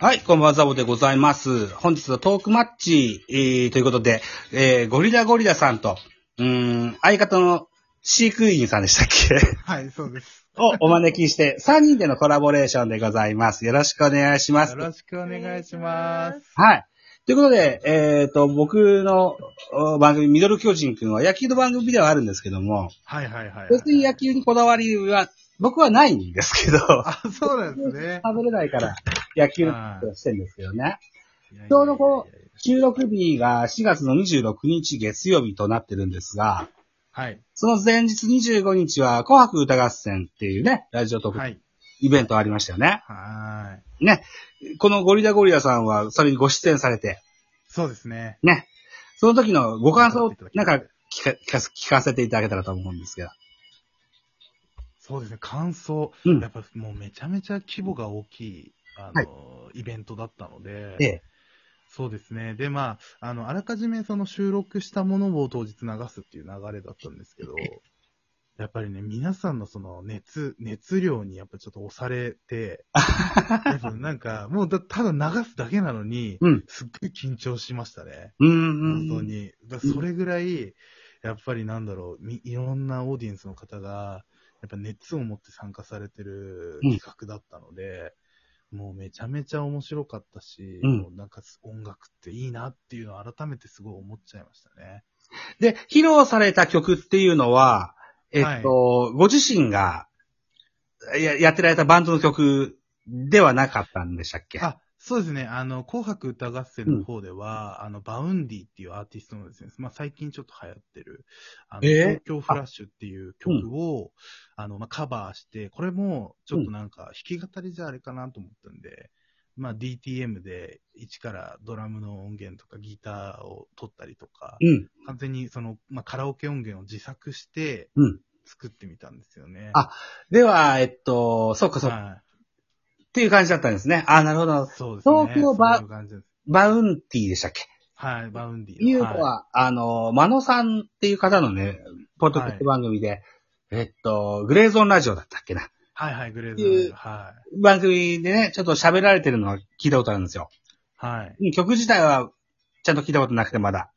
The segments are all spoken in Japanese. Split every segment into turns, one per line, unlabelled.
はい、こんばんは、ザボでございます。本日のトークマッチ、えー、ということで、えー、ゴリラゴリラさんと、うーん、相方の飼育員さんでしたっ け
はい、そうです。
をお招きして、3人でのコラボレーションでございます。よろしくお願いします
よ。ろしくお願いします。
はい。ということで、えっ、と、僕のお番組、ミドル巨人くんは野球の番組ではあるんですけども、
はいはいはい。
別に野球にこだわりは、僕はないんですけど、
あ、そうなんですね。
食べれないから野球のことをしてるんですけどね。
ち
ちょうどこう、収録日が4月の26日月曜日となってるんですが、
はい。
その前日25日は紅白歌合戦っていうね、ラジオ特
は
ーク
い。
イベントありましたよね。
はい。
ね。このゴリラゴリラさんはそれにご出演されて、
そうですね。
ね。その時のご感想を
聞かせていただ、
な
き
ん
ま
か
した
聞か聞かせ、聞かせていただけたらと思うんですが。
そうですね。感想。
うん
やっぱもうめちゃめちゃ規模が大きい、あの、
はい
イベントだったので、
ええ。
そうですね。で、まあ、あの、あらかじめその収録したものを当日流すっていう流れだったんですけど、やっぱりね、皆さんのその熱、熱量にやっぱちょっと押されて、やっぱなんか、もうだただ流すだけなのに、
うん
すっごい緊張しましたね。
うー
本当
ん。
に。だそれぐらい、やっぱりなんだろう、みいろんなオーディエンスの方が、やっぱ熱を持って参加されてる
うん
企画だったので、もうめちゃめちゃ面白かったし、
うん
もうなんか音楽っていいなっていうのを改めてすごい思っちゃいましたね。
で、披露された曲っていうのは、えっと、ご自身がややってられたバンドの曲ではなかったんでしたっけ
あ、そうですね。あの、紅白歌合戦の方では、あの、バウンディっていうアーティストのですね、まあ最近ちょっと流行ってる、あの、
えー
東京フラッシュっていう曲を、あ,、の、まあカバーして、これもちょっとなんか弾き語りじゃあれかなと思ったんで、まあ DTM で一からドラムの音源とかギターを取ったりとか、
うん。
完全にその、まあカラオケ音源を自作して
うん、
作ってみたんですよね。
あでは、えっと、そっかそっか、
は
っていう感じだったんですね。あ、なるほ
い
ど。
そうですね。
東京バ
そういう感じです
バウンティーでしたっけ
はい、バウンディの。
いうの
はい
は、あの、マノさんっていう方のね、ポッドキャスト番組で、えっと、グレーゾーンラジオだったっけな。
はいはい、グレーズ
いう
は
番組でね、ちょっと喋られてるのは聞いたことあるんですよ。
い。はい。
うん曲自体は、ちゃんと聞いたことなくてまだ。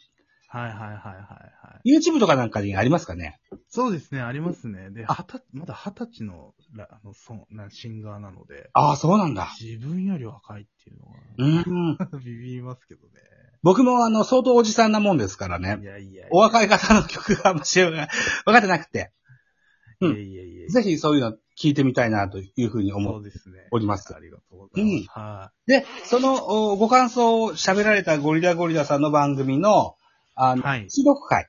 はいはいはいはいはい。
YouTube とかなんかにありますかね
そうですね、ありますね。で、はたまだ二十歳のらあのそうなシンガーなので、
ああ、そうなんだ。
自分より若いっていうのは、
うん。
ビビりますけどね。
僕もあの、相当おじさんなもんですからね
い。やいやいや。
お若い方の曲があんましようが分かってなくて、
い
うん
やいやいや。
ぜひそういうの聞いてみたいなというふうに思
そうう。ですね。
おります
ありがとうございます。は
で、そのおご感想を喋られたゴリラゴリラさんの番組の、あの、
はい
収録会。
い。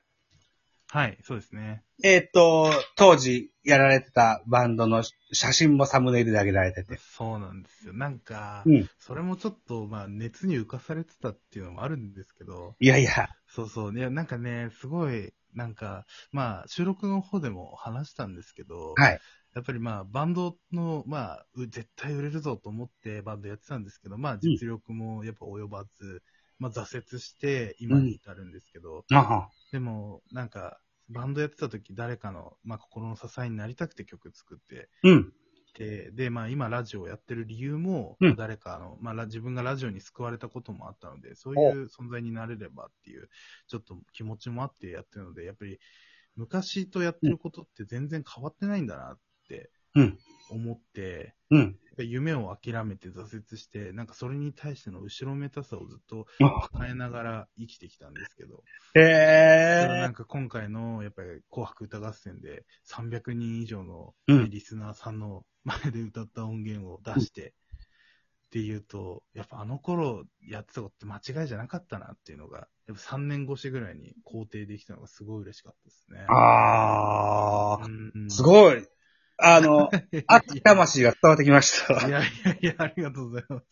はい、そうですね。
えーっ、と、当時やられてたバンドの写真もサムネイルで上げられてて。
そうなんですよ。なんか、
うん
それもちょっと、まあ、熱に浮かされてたっていうのもあるんですけど、
いやいや、
そうそう。いや、なんかね、すごい、なんか、まあ、収録の方でも話したんですけど、
はい。
やっぱりまあ、バンドの、まあ、う絶対売れるぞと思ってバンドやってたんですけど、まあ、実力もやっぱ及ばず、まあ、挫折して今に至るんですけど、
あは
でも、なんか、バンドやってた時、誰かの、まあ、心の支えになりたくて曲作って、
うん。
で、で、まあ今ラジオをやってる理由も、
うん
誰かの、まあラ自分がラジオに救われたこともあったので、そういう存在になれればっていう、ちょっと気持ちもあってやってるので、やっぱり昔とやってることって全然変わってないんだなって
うん
思って、
うん。
やっぱり夢を諦めて挫折して、なんかそれに対しての後ろめたさをずっと
あ
抱えながら生きてきたんですけど、でもな
え
んか今回のやっぱり紅白歌合戦で300人以上の
ー。うん。
リスナーさんの前で歌った音源を出して、っていうと、やっぱあの頃やってたことって間違いじゃなかったなっていうのが、やっぱ3年越しぐらいに肯定できたのがすごい嬉しかったですね。
ああ。
うん
す
い。
ごい。あ の、熱き
い
魂が伝わってきました。
やいやいや、ありがとうございます。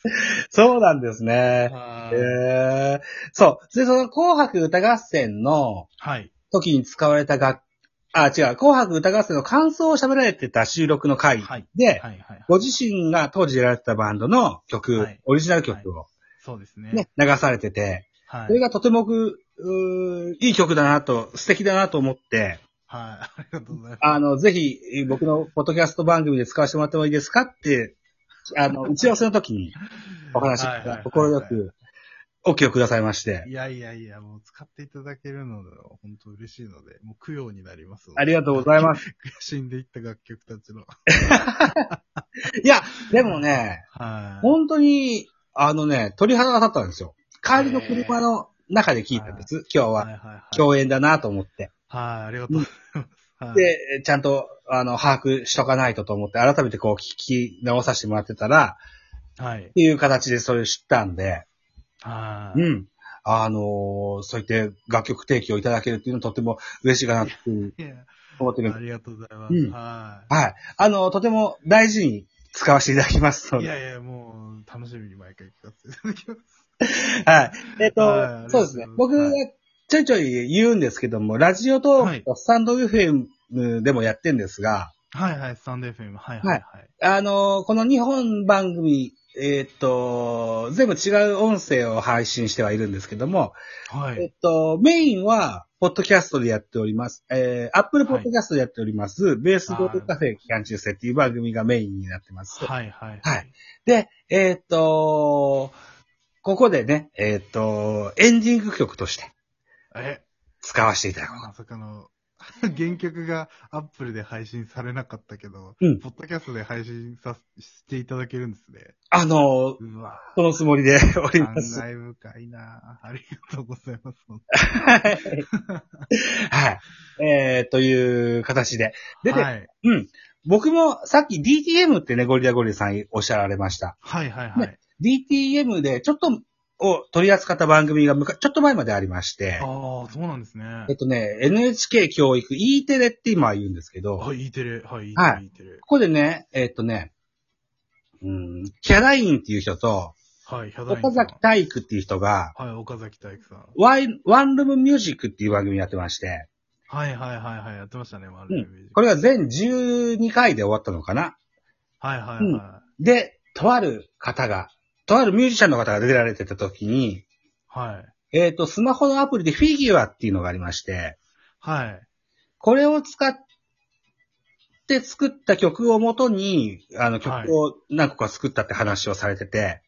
そうなんですね。
は
えー、そう。で、その紅白歌合戦の
はい。
時に使われた楽、あ、違う、紅白歌合戦の感想を喋られてた収録の回
はい。
で、
はいはいはい。
ご自身が当時やられてたバンドの曲、
はい
オリジナル曲を
そうですね。
ね、流されてて、
は
それ
い。
がとても僕、うーいい曲だなと、素敵だなと思って、
はい。ありがとうございます。
あの、ぜひ、えー僕のポッドキャスト番組で使わせてもらってもいいですかって、あの、打ち合わせの時にお話し
はいはいはいはい
心よく、OK をくださいまして、
いやいやいや、もう使っていただけるのが本当嬉しいので、もう供養になりますので。。
ありがとうございます
死んでいった楽曲たちの。
いや、でもね、
はい。
本当に、あのね、鳥肌が立ったんですよ。帰りの車の中で聞いたんです、今日
はい
は。
はいはい。
共演だなと思って。
はい、ありがとうございます。はい、
で、ちゃんと、あの、把握しとかないとと思って、改めてこう聞き直させてもらってたら、
はい
っ。ていう形でそれを知ったんで、
は
う
い。
ん。あのーそう言って楽曲提供いただけるっていうのはとても嬉しいかなっていう
いや
思ってるん
あ
で。
りがとうございます。
うん
は
はい。あのとても大事に使わせていただきますの
い。い
で。
やいや、もう、楽しみに毎回聞かせていただきます。
はい。えっ、と、
はい
そうですね。僕
は
が
い
ちょいちょい言うんですけども、ラジオト
は
ー
い
クとスタンド FM でもやってるんですが、
はいはい、スタンド FM。はいはいはい。
あのこの2本番組、えっ、と、全部違う音声を配信してはいるんですけども、
はい。
えっ、と、メインは、ポッドキャストでやっております。えー、アップルポ
はい
ッドキャストでやっております、ベースボールカフェ期間中世っていう番組がメインになってます。
はいはい。
はい。で、えっ、と、ここでね、えっ、と、エンディング曲として、
え、
使わせていただこう。
まさかの、 原曲がアップルで配信されなかったけど、
うん
ポッドキャストで配信さしていただけるんですね。
あの、
うわ
そのつもりでおり
感
ます。
慨深いなありがとうございます。
はい。はい。えー、という形で。でね、
はい。
うん。僕もさっき DTM ってね、ゴリラゴリラさんおっしゃられました。
はいはいはい。
DTM でちょっとを取り扱った番組がむかちょっと前までありまして
ああ、、そうなんですね。
えっとね、NHK 教育 E テレって今言うんですけど、こ
はい、E テレ。はい、E テ
は
レ、E テレ。
こでね、えっとね、うん、ヒャダインっていう人と、
はい、ヒャダインさ
岡
ん
崎体育っていう人が、
はい、岡崎体育さん。
ワイワンルームミュージックっていう番組やってまして、
はいはいはいはい、やってましたね、ワンルームミュージック
これが全12回で終わったのかな。
はいはいはい。
うんで、とある方が、とあるミュージシャンの方が出られてた時に、
はい。
えっ、と、スマホのアプリでフィギュアっていうのがありまして、
はい。
これを使って作った曲をもとに、あの
はい
曲を何個か作ったって話をされてて、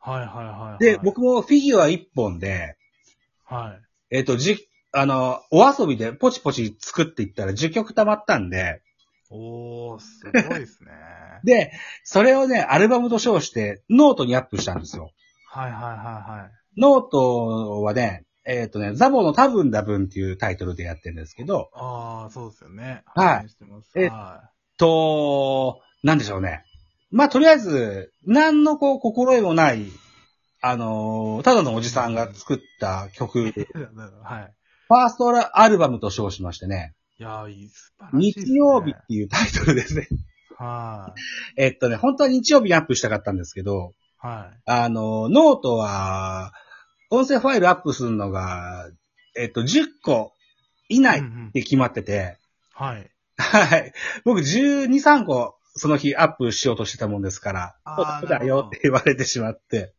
はいはいはいはい。
で、、僕もフィギュア1本で、
はい。
えっ、と、じ、あの、お遊びでポチポチ作っていったら10曲溜まったんで、
おー、すごい ですね。
で、それをね、アルバムと称してノートにアップしたんですよ。
はいはいはいはい。
ノートはね、えっ、とね、ザボの多分多分っていうタイトルでやってるんですけど、
ああ、そうですよね。
はい
配信してます。
え
は
と、なんでしょうね。まあ、とりあえず、何のこう、心得もない、あのーただのおじさんが作った曲、フ
い。だからはい。
ァーストアルバムと称しましてね、
いやー、いい、素晴らしい、
日曜日っ。ていうタイトルですね。
はい。
えっとね、本当は日曜日にアップしたかったんですけど、
はい。
あの、ノートは、音声ファイルアップするのが、えっと、10個以内
うん
っ
うん
て決まってて、
はい。
はい。僕12、3個、その日アップしようとしてたもんですから、
あー
そうだ
なる
よ
ほど
って言われてしまって、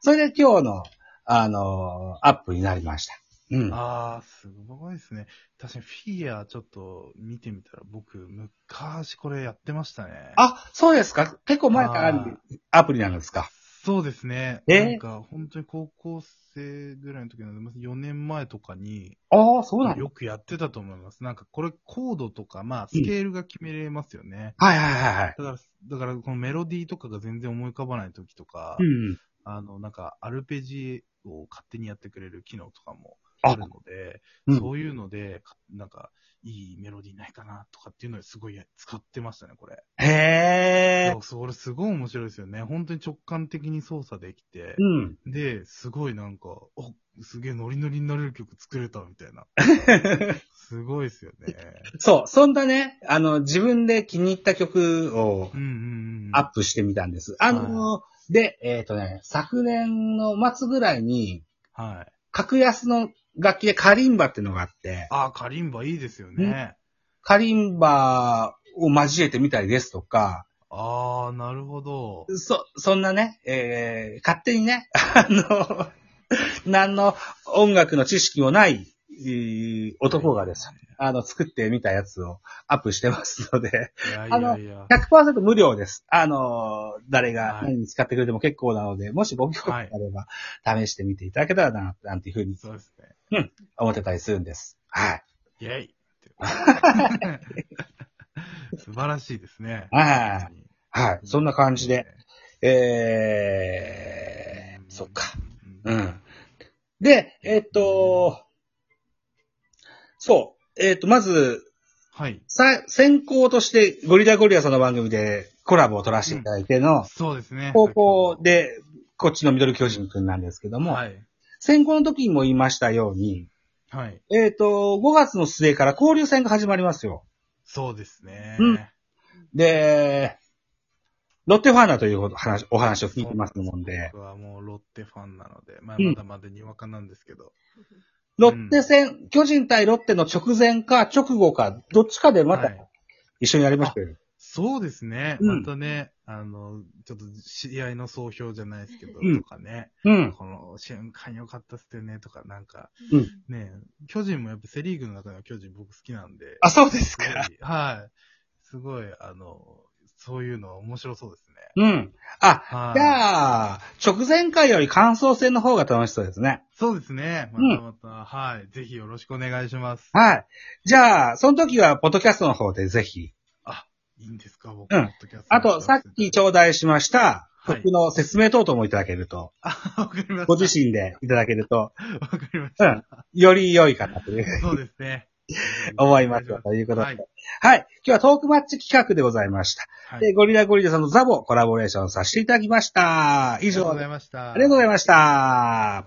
それで今日の、あの、アップになりました。うん。
ああ、すごいですね。確かにフィギュアちょっと見てみたら、僕、昔これやってましたね。
あ、そうですか結構前からあるアプリなんですか
そうですね。
え
なんか、本当に高校生ぐらいの時なので、4年前とかに、
ああ、そうなの
よくやってたと思います。なんか、これ、コードとか、まあ、スケールが決めれますよね。
はいはいはいはい。
だから、だからこのメロディーとかが全然思い浮かばない時とか、
うん。
あの、なんか、アルペジを勝手にやってくれる機能とかも
あ
あるので、
うん
そういうので、かなんか、いいメロディーないかなとかっていうのですごい使ってましたね、これ。
へ
い
え
や。それすごい面白いですよね。本当に直感的に操作できて
う、ん。
で、すごいなんか、おすげえノリノリになれる曲作れたみたいな。すごいですよ ね。
そう、そんなね、あの、自分で気に入った曲を
うんうんうん。
アップしてみたんです。あの、で、えっ、とね、昨年の末ぐらいに、
はい。
格安の楽器でカリンバっていうのがあって、
あー、カリンバいいですよね。
カリンバを交えてみたりですとか、
ああ、なるほど。
そ、そんなね、えー、勝手にね、 あの、何の音楽の知識もない、えー男がですね、あの、作ってみたやつをアップしてますので、
いやいやいや。
100%無料です。あの、誰
は
が
い
何に使ってくれても結構なので、もしご興味があ
はい
れば、試してみていただけたらな、なんていうふうに
そうですね。
思ってたりするんです。はい。
イェイ 素晴らしいですね。。
はいはい。そんな感じで、。えー、そっか。
う。
うんん。で、えっと、そう。えっと、まず、
はい。
さ、先行としてゴリラゴリラさんの番組でコラボを取らせていただいての、
そうですね。
高校で、こっちのミドル巨人くんなんですけども、
はい。
先行の時にも言いましたように、
はい。
えっ、と、5月の末から交流戦が始まりますよ。
そうですね。
うんで、ロッテファンだというお話お話を聞いてますもんで、
僕はもうロッテファンなので、まあ、
うん
まだまだにわかなんですけど。
ロッテ戦、巨人対ロッテの直前か直後か、どっちかでま
は
た
い
一緒にやりましたよ。
そうですね。
うん
またね、あの、ちょっと知り合いの総評じゃないですけど、
うん
とかね、
うん。
この瞬間良かったっすよね、とか、なんか、
うん
ね、巨人もやっぱセリーグの中では巨人僕好きなんで、
あ、そうです
すごい
か。
はい。すごい、あの、そういうの面白そうですね。
うん。あ、
はい。
じゃあ、直前回より感想戦の方が楽しそうですね。
そうですね。またまた、はい。ぜひよろしくお願いします。
はい。じゃあ、その時は、ポッドキャストの方でぜひ。
いいんですか、僕。
うん
ポッドキャスト
あと、さっき頂戴しました、
はい
曲の説明等々もいただけると、
あ、わかりました。
ご自身でいただけると、
わかりまし
う
た
ん。、より良いかなという、
そうですね。
思います
は
ということで。はいい。。今日はトークマッチ企画でございました。
はい
でゴリラゴリラさんのザボコラボレーションさせていただきました。以
以上
上、
ありがとうござ
あ
いました。
りがとうございました。